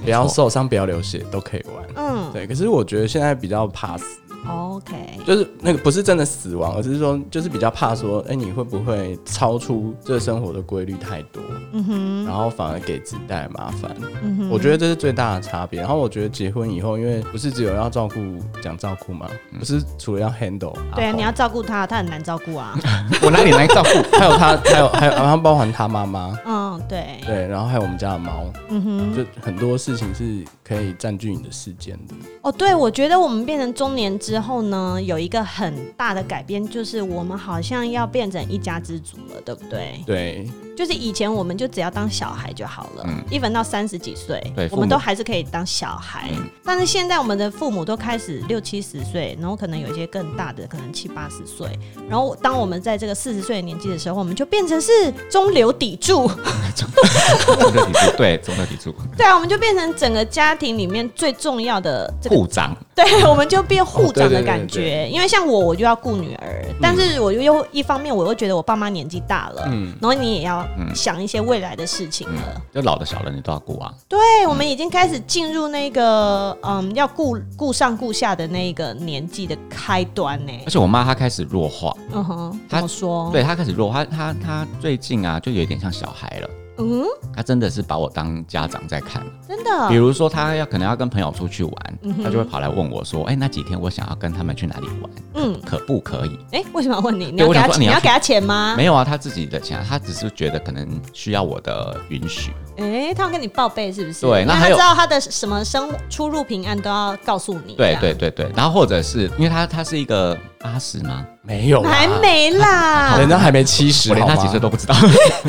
Speaker 3: 不要受伤，不要流血，都可以玩。
Speaker 1: 嗯
Speaker 3: 对，可是我觉得现在比较怕死，
Speaker 1: ，OK，
Speaker 3: 就是那个不是真的死亡，而是说就是比较怕说，哎、你会不会超出这生活的规律太多，
Speaker 1: 嗯哼，
Speaker 3: 然后反而给自己带来麻烦。
Speaker 1: 嗯哼，
Speaker 3: 我觉得这是最大的差别。然后我觉得结婚以后，因为不是只有要照顾讲照顾嘛，不是除了要 handle，
Speaker 1: 嗯对啊，
Speaker 3: 阿公
Speaker 1: 你 要照顾他，他很难照顾啊。
Speaker 2: 我哪里来照顾？
Speaker 3: 还有他，还有还有，然后包含他妈妈，
Speaker 1: 嗯，对，
Speaker 3: 对，然后还有我们家的猫，
Speaker 1: 嗯哼，
Speaker 3: 就很多事情是可以占据你的时间的。
Speaker 1: 哦，对，我觉得我们变成中年之后呢，有一个很大的改变，就是我们好像要变成一家之主了，对不对？
Speaker 3: 对，
Speaker 1: 就是以前我们就只要当小孩就好了
Speaker 2: 嗯
Speaker 1: ，even 到三十几岁
Speaker 2: 对，
Speaker 1: 我
Speaker 2: 父
Speaker 1: 们
Speaker 2: 母
Speaker 1: 都还是可以当小孩。但是现在我们的父母都开始六七十岁，然后可能有一些更大的，可能七八十岁。然后当我们在这个四十岁的年纪的时候，我们就变成是中流砥柱。
Speaker 2: 中特体柱，对，中特体柱，
Speaker 1: 对啊，我们就变成整个家庭里面最重要的 这个，
Speaker 2: 护长，
Speaker 1: 对， 我们就变护长的感
Speaker 3: 哦对对
Speaker 1: 觉。因为像我，我就要顾女儿，但是我又一方面我又觉得我爸妈年纪大了，
Speaker 3: 嗯
Speaker 2: 嗯
Speaker 1: 然后你也要想一些未来的事情了。
Speaker 2: 就老的小的你都要顾啊。
Speaker 1: 对，我们已经开始进入那个嗯，要顾顾上顾下的那个年纪的开端呢。
Speaker 2: 而且我妈她开始弱化，
Speaker 1: 嗯哼，
Speaker 2: 她
Speaker 1: 怎么说？，
Speaker 2: 对她开始弱化，她她她最近啊就有一点像小孩了，
Speaker 1: 嗯，
Speaker 2: 她真的是把我当家长在看。
Speaker 1: 真
Speaker 2: 比
Speaker 1: 的，
Speaker 2: 如说她要可能要跟朋友出去玩，
Speaker 1: 嗯
Speaker 2: 她就会跑来问我说：“哎，那几天我想要跟他们去哪里玩，
Speaker 1: 嗯，
Speaker 2: 可不可以？”
Speaker 1: 哎，为什么要问你？你
Speaker 2: 对
Speaker 1: 要
Speaker 2: 我
Speaker 1: 给
Speaker 2: 想
Speaker 1: 他
Speaker 2: 说
Speaker 1: 钱，你
Speaker 2: 你要
Speaker 1: 要给他钱吗？
Speaker 2: 没有啊，她自己的钱，她只是觉得可能需要我的允许。
Speaker 1: 哎，他要跟你报备是不是？
Speaker 2: 对
Speaker 1: 因
Speaker 2: 那
Speaker 1: 为他
Speaker 2: 还
Speaker 1: 知
Speaker 2: 有
Speaker 1: 道他的什么生出入平安都要告诉你。啊
Speaker 2: 对
Speaker 1: 这
Speaker 2: 对
Speaker 1: 样，
Speaker 2: 对对，然后或者是因为她她是一个八十吗？
Speaker 3: 没有啦，
Speaker 1: 还没啊啦
Speaker 3: 人。家还没七十，
Speaker 2: 我连
Speaker 3: 好
Speaker 2: 她
Speaker 3: 吗
Speaker 2: 几 岁都不知道。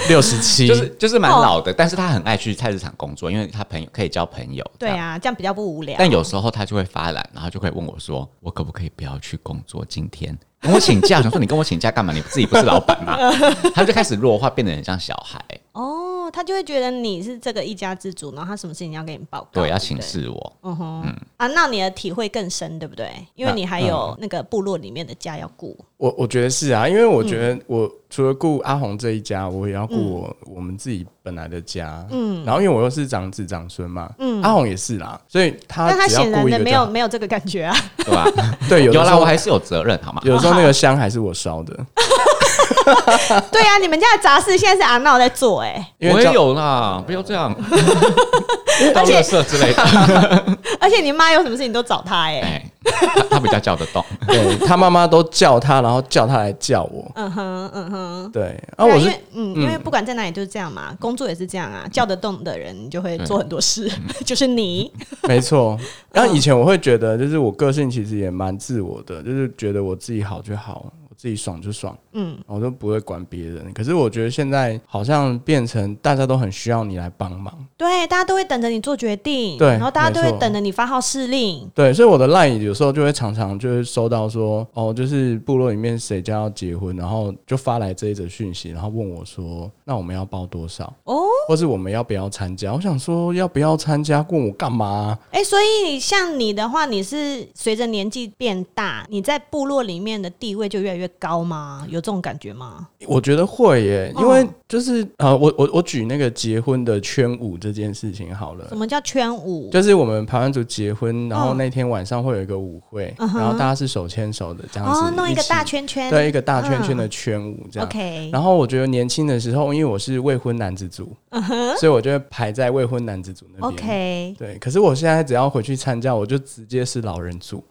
Speaker 3: 六十七，
Speaker 2: 就是就是
Speaker 1: 哦
Speaker 2: 蛮老的，但是他很爱去菜市场工作，因为他朋友可以交朋友。
Speaker 1: 对
Speaker 2: 这样。
Speaker 1: 啊，这样比较不无聊。
Speaker 2: 但有时候他就会发懒，然后就会问我说：“我可不可以不要去工作？今天跟我请假？”我想说：“你跟我请假干嘛？你自己不是老板吗？” 他就开始弱化，变得很像小孩。
Speaker 1: 哦，他就会觉得你是这个一家之主，然后他什么事情要给你报告。
Speaker 2: 对，要
Speaker 1: 不
Speaker 2: 请示我。
Speaker 1: 嗯哼，啊，那你的体会更深，对不对？因为你还有
Speaker 3: 嗯
Speaker 1: 那个部落里面的家要顾。
Speaker 3: 我我觉得是啊，因为
Speaker 1: 嗯
Speaker 3: 我觉得我除了顾阿红这一家，我也要顾我、我们自己本来的家，嗯，然后因为我又是长子长孙嘛，嗯，阿红也是啦，所以他
Speaker 1: 但他
Speaker 3: 啊只要
Speaker 1: 显然
Speaker 3: 顾一
Speaker 1: 的
Speaker 3: 个
Speaker 1: 没
Speaker 3: 就
Speaker 1: 有
Speaker 3: 好，
Speaker 1: 没有这个感觉啊。
Speaker 2: 对吧、
Speaker 3: 对， 有
Speaker 2: 有
Speaker 3: 的时
Speaker 2: 啦，
Speaker 3: 候
Speaker 2: 我还是有责任，好吗？
Speaker 3: 有时候那个香还是我烧的，
Speaker 1: 对啊，你们家的杂事现在是阿闹在做哎、
Speaker 3: 因
Speaker 2: 我
Speaker 3: 为
Speaker 2: 也
Speaker 3: 叫
Speaker 2: 有啦，不要 这样，当
Speaker 1: 且
Speaker 2: 乐色 之类的。
Speaker 1: 而且你妈有什么事情都找他哎、
Speaker 2: 哎，他他比较叫得动。
Speaker 3: 对他妈妈都叫他，然后叫他来叫我，
Speaker 1: 嗯哼，嗯哼。
Speaker 3: 对，然后啊我
Speaker 1: 对
Speaker 3: 是
Speaker 1: 因
Speaker 3: 嗯
Speaker 1: 为嗯，因为不管在哪里就是这样嘛，工作也是这样啊，叫得动的人你就会做很多事， 就是你。
Speaker 3: 没错，然后以前我会觉得，就是我个性其实也蛮自我的，就是觉得我自己好就好，我自己爽就爽，
Speaker 1: 嗯，
Speaker 3: 我都不会管别人。可是我觉得现在好像变成大家都很需要你来帮忙，
Speaker 1: 对，大家都会等着你做决定，
Speaker 3: 对
Speaker 1: 然后大家都
Speaker 3: 没
Speaker 1: 会
Speaker 3: 错
Speaker 1: 等着你发号施令。
Speaker 3: 对，所以我的 line 有时候就会常常就会收到说，哦，就是部落里面谁家要结婚，然后就发来这一则讯息，然后问我说，那我们要报多少，
Speaker 1: 哦，
Speaker 3: 或是我们要不要参加？我想说要不要参加，问我干嘛啊、
Speaker 1: 哎、所以像你的话，你是随着年纪变大，你在部落里面的地位就越来越高吗？有这种感觉吗？
Speaker 3: 我觉得会耶，
Speaker 1: 哦
Speaker 3: 因为就是、呃，我我我举那个结婚的圈舞这件事情好了
Speaker 1: 什。么叫圈舞？
Speaker 3: 就是我们排湾族结婚，然后
Speaker 1: 嗯
Speaker 3: 那天晚上会有一个舞会，
Speaker 1: 嗯哼
Speaker 3: 然后大家是手牵手的这样子，
Speaker 1: 哦，弄一个
Speaker 3: 起
Speaker 1: 大圈圈，嗯
Speaker 3: 对一个大圈圈的圈舞这样。
Speaker 1: OK，
Speaker 3: 然后我觉得年轻的时候，因为我是未婚男子组，所以我就会排在未婚男子组那边。
Speaker 1: 嗯 OK，
Speaker 3: 对，可是我现在只要回去参加，我就直接是老人组，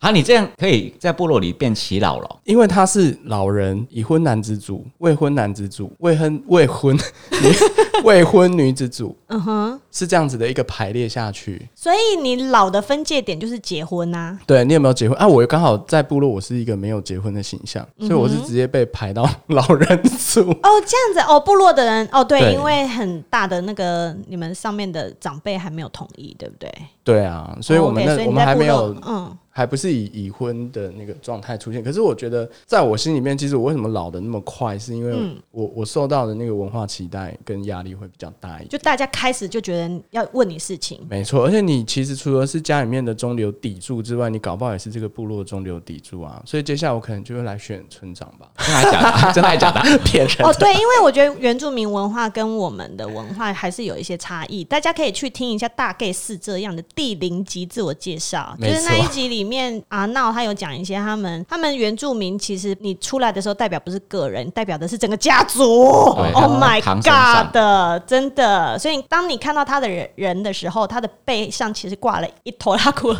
Speaker 2: 啊，你这样可以在部落里变耆老了。
Speaker 3: 因为他是老人、已婚男子组、未婚男子组、未婚未婚 女未婚女子组，
Speaker 1: 嗯哼，
Speaker 3: 是这样子的一个排列下去。
Speaker 1: 所以你老的分界点就是结婚呐、
Speaker 3: 对你有没有结婚啊？我刚好在部落，我是一个没有结婚的形象，
Speaker 1: 嗯
Speaker 3: 所以我是直接被排到老人组。
Speaker 1: 哦，这样子哦，部落的人哦，对，
Speaker 3: 对
Speaker 1: 因为很大的那个你们上面的长辈还没有同意，对不对？
Speaker 3: 对啊，所以我们
Speaker 1: 哦，OK，
Speaker 3: 那、
Speaker 1: 所以
Speaker 3: 我
Speaker 1: 你
Speaker 3: 们
Speaker 1: 在
Speaker 3: 还
Speaker 1: 部
Speaker 3: 没
Speaker 1: 落
Speaker 3: 有，
Speaker 1: 嗯，
Speaker 3: 还不是以已婚的那个状态出现。可是我觉得，在我心里面，其实我为什么老的那么快，是因为
Speaker 1: 嗯
Speaker 3: 我、我受到的那个文化期待跟压力会比较大一点。
Speaker 1: 就大家开始就觉得要问你事情，
Speaker 3: 没错，而且你其实除了是家里面的中流砥柱之外，你搞不好也是这个部落的中流砥柱啊。所以接下来我可能就会来选村长吧，
Speaker 2: 真的还假 的？真的还假的？
Speaker 3: 骗人
Speaker 1: 哦，对，因为我觉得原住民文化跟我们的文化还是有一些差异，大家可以去听一下大概是这样的第零集自我介绍，就
Speaker 3: 没
Speaker 1: 是那
Speaker 3: 错
Speaker 1: 一集里面阿闹他有讲一些他们他们原住民其实你出来的时候代表不是个人，代表的是整个家族。
Speaker 2: 对
Speaker 1: Oh
Speaker 2: 他们
Speaker 1: my
Speaker 2: 扛身上
Speaker 1: God 的，真的，所以当你看到他的人人的时候， 他的背上其实挂了一头拉骨，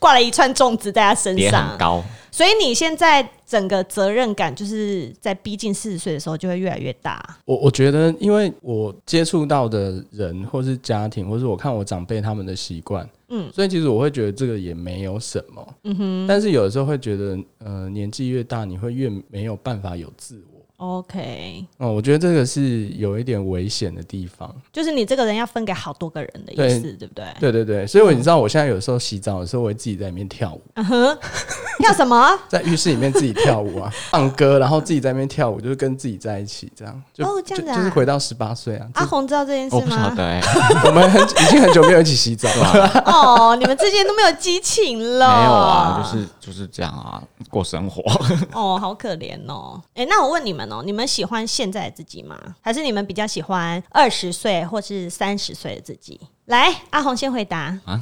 Speaker 1: 挂了一串粽子在他身
Speaker 2: 也
Speaker 1: 上
Speaker 2: 嗯很。高，
Speaker 1: 所以你现在整个责任感就是在逼近四十岁的时候就会越来越大。
Speaker 3: 我我觉得，因为我接触到的人，或是家庭，或是我看我长辈他们的习惯，嗯，所以其实我会觉得这个也没有什么，嗯哼。但是有的时候会觉得，呃，年纪越大，你会越没有办法有自我。
Speaker 1: OK，
Speaker 3: 嗯，我觉得这个是有一点危险的地方。
Speaker 1: 就是你这个人要分给好多个人的意思，对不对？
Speaker 3: 对对对，所以我你知道，我现在有时候洗澡的时候，我会自己在里面跳舞，
Speaker 1: 嗯哼，要什 么？
Speaker 3: 在浴室里面自己跳舞啊，放歌，然后自己在那边跳舞，就是跟自己在一起，这样就、
Speaker 1: 哦这样子啊哦
Speaker 3: 就就是回到十八岁啊。
Speaker 1: 阿红知道这件
Speaker 2: 我
Speaker 1: 事
Speaker 2: 不晓
Speaker 1: 吗？
Speaker 2: 得 哎、
Speaker 3: 我们很已经很久没有一起洗澡啊了，
Speaker 1: 哦，你们之间都没有激情了。
Speaker 2: 没有啊，就是就是这样啊，过生活。
Speaker 1: 哦，好可怜哦。哎、那我问你们哦，你们喜欢现在的自己吗？还是你们比较喜欢二十岁或是三十岁的自己？来，阿红先回答。
Speaker 2: 啊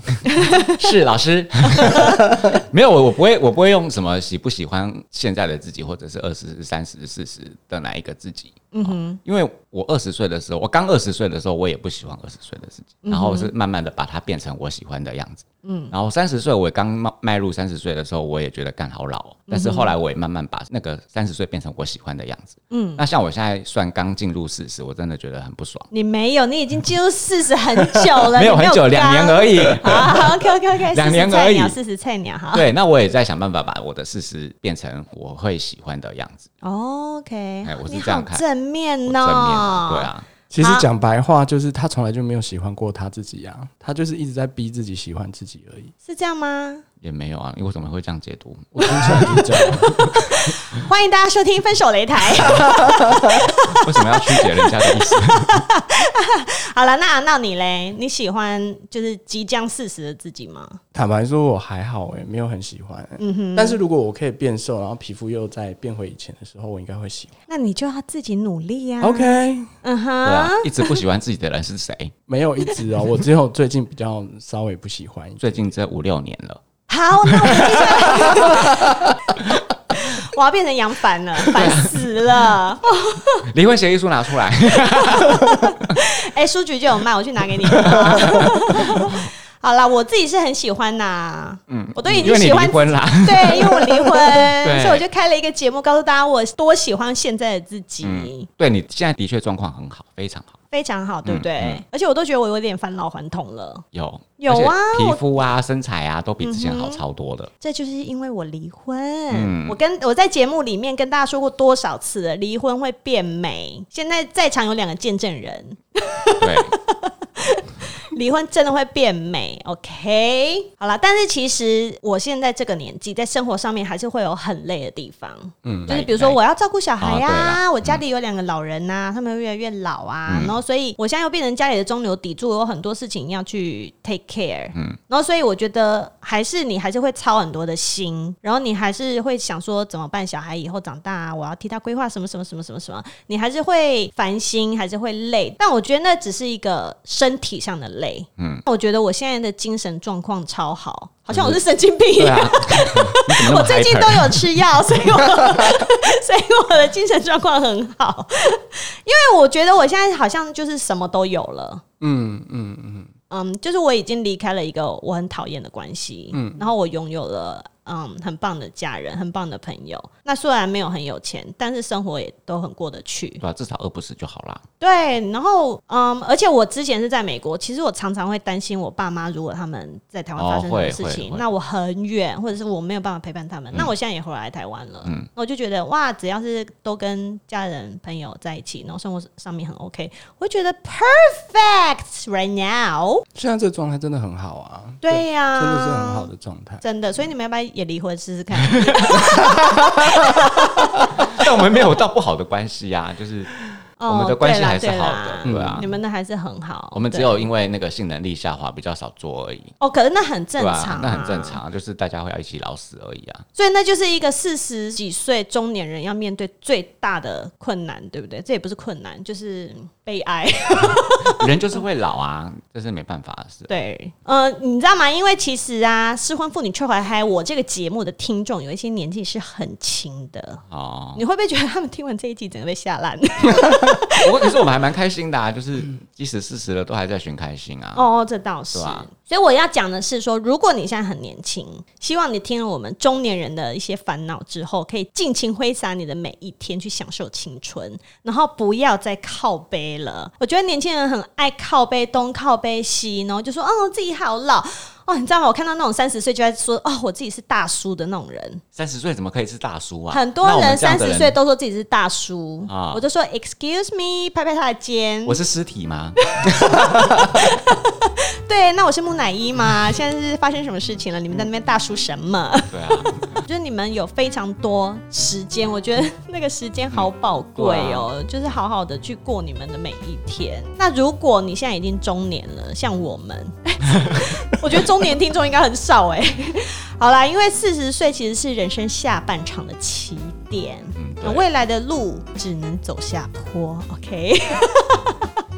Speaker 2: 是老 师，没有我我不会我不会用什么喜不喜欢现在的自己，或者是二十、三十、四十的哪一个自己。嗯哼，因为我二十岁的时候，我刚二十岁的时候，我也不喜欢二十岁的自己，然后是慢慢的把它变成我喜欢的样子。嗯，然后三十岁，我刚迈迈入三十岁的时候，我也觉得干好老、哦，但是后来我也慢慢把那个三十岁变成我喜欢的样子。嗯，那像我现在算刚进入四十，我真的觉得很不爽。
Speaker 1: 你没有，你已经进入四十很久 了，
Speaker 2: 没有
Speaker 1: 你
Speaker 2: 很久，两年
Speaker 1: 已。
Speaker 2: 而已。
Speaker 1: 好，OK OK OK，
Speaker 2: 两年而已
Speaker 1: 四十菜鸟哈。
Speaker 2: 对，那我也在想办法把我的事实变成我会喜欢的样 子。
Speaker 1: OK，
Speaker 2: 哎我是
Speaker 1: 你
Speaker 2: 这样
Speaker 1: 好
Speaker 2: 看
Speaker 1: 正面
Speaker 2: 我
Speaker 1: 哦，
Speaker 2: 正面啊，对啊，
Speaker 3: 其实讲白话就是他从来就没有喜欢过他自己啊，他就是一直在逼自己喜欢自己而已。
Speaker 1: 是这样吗？
Speaker 2: 也没有啊，你为什么会这样解读？
Speaker 3: 我听起来就是 这样，
Speaker 1: 欢迎大家收听《分手擂台》。
Speaker 2: 为什么要曲解人家的意思？
Speaker 1: 好了，那那你嘞？你喜欢就是即将四十的自己吗？
Speaker 3: 坦白说，我还好哎、没有很喜欢、
Speaker 1: 嗯
Speaker 3: 欸。但是如果我可以变瘦，然后皮肤又再变回以前的时候，我应该会喜欢。
Speaker 1: 那你就要自己努力呀、
Speaker 3: OK，
Speaker 1: 嗯哼、
Speaker 2: 对啊，一直不喜欢自己的人是谁？
Speaker 3: 没有一直哦，我只有最近比较稍微不喜欢一 点。
Speaker 2: 最近这五六年了，
Speaker 1: 好，那我们接下来， 我要变成杨凡了，烦死了。
Speaker 2: 离婚协议书拿出来。
Speaker 1: 哎、书局就有卖，我去拿给你。 好啦，我自己是很喜欢呐，嗯，我都已
Speaker 2: 因
Speaker 1: 经
Speaker 2: 为你
Speaker 1: 喜
Speaker 2: 离
Speaker 1: 欢，
Speaker 2: 婚啦，
Speaker 1: 对，因为我离婚，
Speaker 2: 对
Speaker 1: 所以我就开了一个节目，告诉大家我多喜欢现在的自己。
Speaker 2: 对你现在的确状况很好，非常好。
Speaker 1: 非常好，对不对？
Speaker 2: 嗯嗯
Speaker 1: 而且我都觉得我有点返老还童了，
Speaker 2: 有
Speaker 1: 有啊
Speaker 2: 而且
Speaker 1: 我嗯
Speaker 2: 皮肤啊、身材啊都比之前好超多的。
Speaker 1: 这就是因为我离婚。
Speaker 2: 嗯
Speaker 1: 我跟我在节目里面跟大家说过多少次了，离婚会变美。现在在场有两个见证人，
Speaker 2: 对，
Speaker 1: 离婚真的会变美，OK？好啦，但是其实我现在这个年纪，在生活上面还是会有很累的地方，
Speaker 2: 嗯
Speaker 1: 就是比如说我要照顾小孩呀、
Speaker 2: 啊对
Speaker 1: 我家里有两个老人呐、他们越来越老啊，
Speaker 2: 嗯
Speaker 1: 然后所以我现在又变成家里的中流砥柱，有很多事情要去 take care，
Speaker 2: 嗯
Speaker 1: 然后所以我觉得还是你还是会操很多的心，然后你还是会想说怎么办，小孩以后长大、啊，我要替他规划什么什么什么什么什么，你还是会烦心，还是会累，但我觉得那只是一个身体上的累，
Speaker 2: 嗯，
Speaker 1: 我觉得我现在的精神状况超好，好像我是神经病一
Speaker 2: 对
Speaker 1: 样
Speaker 2: 啊。，你怎么那么
Speaker 1: 我 最近
Speaker 2: hyper？
Speaker 1: 都有吃药，所以我 所以我的精神状况很好，因为我觉得我现在好像就是什么都有了。
Speaker 3: 嗯嗯嗯，
Speaker 1: 嗯，就是我已经离开了一个我很讨厌的关系，嗯，然后我拥有了嗯很棒的家人，很棒的朋友。那虽然没有很有钱，但是生活也都很过得去。
Speaker 2: 对啊，至少饿不死就好啦。
Speaker 1: 对，然后嗯，而且我之前是在美国，其实我常常会担心我爸妈如果他们在台湾发生什么
Speaker 2: 哦
Speaker 1: 事
Speaker 2: 会
Speaker 1: 情，
Speaker 2: 会会嗯
Speaker 1: 那我很远，或者是我没有办法陪伴他们。那我现在也回来台湾了，那我就觉得哇，只要是都跟家人朋友在一起，然后生活上面很 OK，我就觉得 perfect right now。
Speaker 3: 现在这个状态真的很好啊，
Speaker 1: 对呀、
Speaker 3: 真的是很好。的状态。
Speaker 1: 真的，所以你们要不要也离婚试试看？
Speaker 2: 但我们没有到不好的关系啊，就是我们的关系还是好的，
Speaker 1: 哦对啦
Speaker 2: 对
Speaker 1: 对啦
Speaker 2: 啊
Speaker 1: 你。们的还是很好。
Speaker 2: 我们只
Speaker 1: 对
Speaker 2: 有因为那个性能力下滑比较少做而已，
Speaker 1: 哦，可是那很正
Speaker 2: 对吧、
Speaker 1: 常、啊
Speaker 2: 那很正。常，啊就是大家会要一起老死而已啊。
Speaker 1: 所以那就是一个四十几岁中年人要面对最大的困难，对不对？这也不是困难，就是悲哀。
Speaker 2: 人就是会老啊，这是没办法的事。
Speaker 1: 对，呃，你知道吗？因为其实啊，《失婚妇女却怀嗨》我这个节目的听众有一些年纪是很轻的，
Speaker 2: 哦，
Speaker 1: 你会不会觉得他们听完这一集整个被吓烂？
Speaker 2: 不过其实我们还蛮开心的、啊，就是即使四十了，都还在寻开心啊。
Speaker 1: 哦，这倒是。
Speaker 2: 对啊
Speaker 1: 所以我要讲的是说，如果你现在很年轻，希望你听了我们中年人的一些烦恼之后，可以尽情挥洒你的每一天，去享受青春，然后不要再靠背了。我觉得年轻人很爱靠背东靠背西，然后就说：“哦，自己好老。”哦，你知道吗？我看到那种三十岁就在说：“哦，我自己是大叔的那种人。”
Speaker 2: 三十岁怎么可以是大叔啊？
Speaker 1: 很多
Speaker 2: 那我
Speaker 1: 人
Speaker 2: 们这样
Speaker 1: 三
Speaker 2: 的
Speaker 1: 十岁，都说自己是大叔，
Speaker 2: 啊
Speaker 1: 我就说 Excuse me，拍拍他的肩。
Speaker 2: 我是尸体吗？
Speaker 1: 对，那我是木乃伊嘛，现在是发生什么事情了？你们在那边大叔什么？
Speaker 2: 对啊，
Speaker 1: 就是你们有非常多时间，我
Speaker 2: 嗯
Speaker 1: 觉得那个时间好宝贵
Speaker 2: 啊
Speaker 1: 哦，就是好好的去过你们的每一天。那如果你现在已经中年了，像我们， 我觉得中年听众应该很少哎、好啦，因为四十岁其实是人生下半场的起点，
Speaker 2: 嗯，
Speaker 1: 那
Speaker 2: 对，
Speaker 1: 未来的路只能走下坡，OK？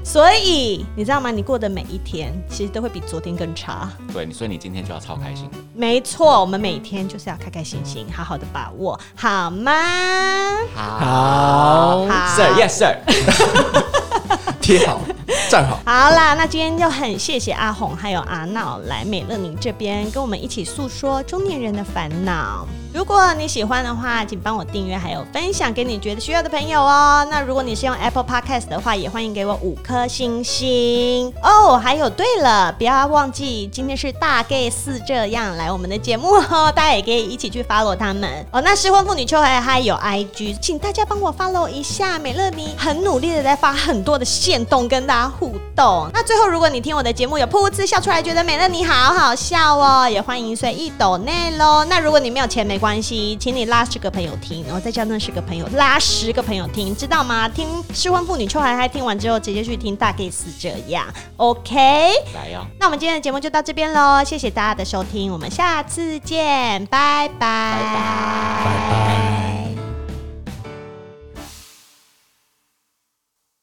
Speaker 1: 所以你知道吗？你过的每一天，其实都会比昨天更差。
Speaker 2: 对，你所以你今天就要超开心。
Speaker 1: 没错，我们每天就是要开开心心，好好的把握，好吗？
Speaker 3: 好，
Speaker 1: 好
Speaker 2: Sir，Yes Sir。
Speaker 3: 贴好，站好。
Speaker 1: 好啦，那今天就很谢谢阿红还有阿闹来美乐您这边跟我们一起诉说中年人的烦恼。如果你喜欢的话，请帮我订阅还有分享给你觉得需要的朋友哦。那如果你是用 Apple Podcast 的话，也欢迎给我五颗星星哦。还有，对了，不要忘记今天是大 gay 四这样来我们的节目哦，大家也可以一起去 follow 他们哦。那失婚妇女秋还还有 IG，请大家帮我 follow 一下美乐妮，很努力的在发很多的线动跟大家互动。那最后，如果你听我的节目有噗嗤笑出来，觉得美乐妮好好笑哦，也欢迎随意抖内喽。那如果你没有钱没关系，请你拉十个朋友听，然后再叫那十个朋友拉十个朋友听，知道吗？听失婚妇女秋还还听完之后，直接去听大 gay 四这样，OK。
Speaker 2: 来哦呀、
Speaker 1: 那我们今天的节目就到这边喽，谢谢大家的收听，我们下次见，拜拜，拜拜。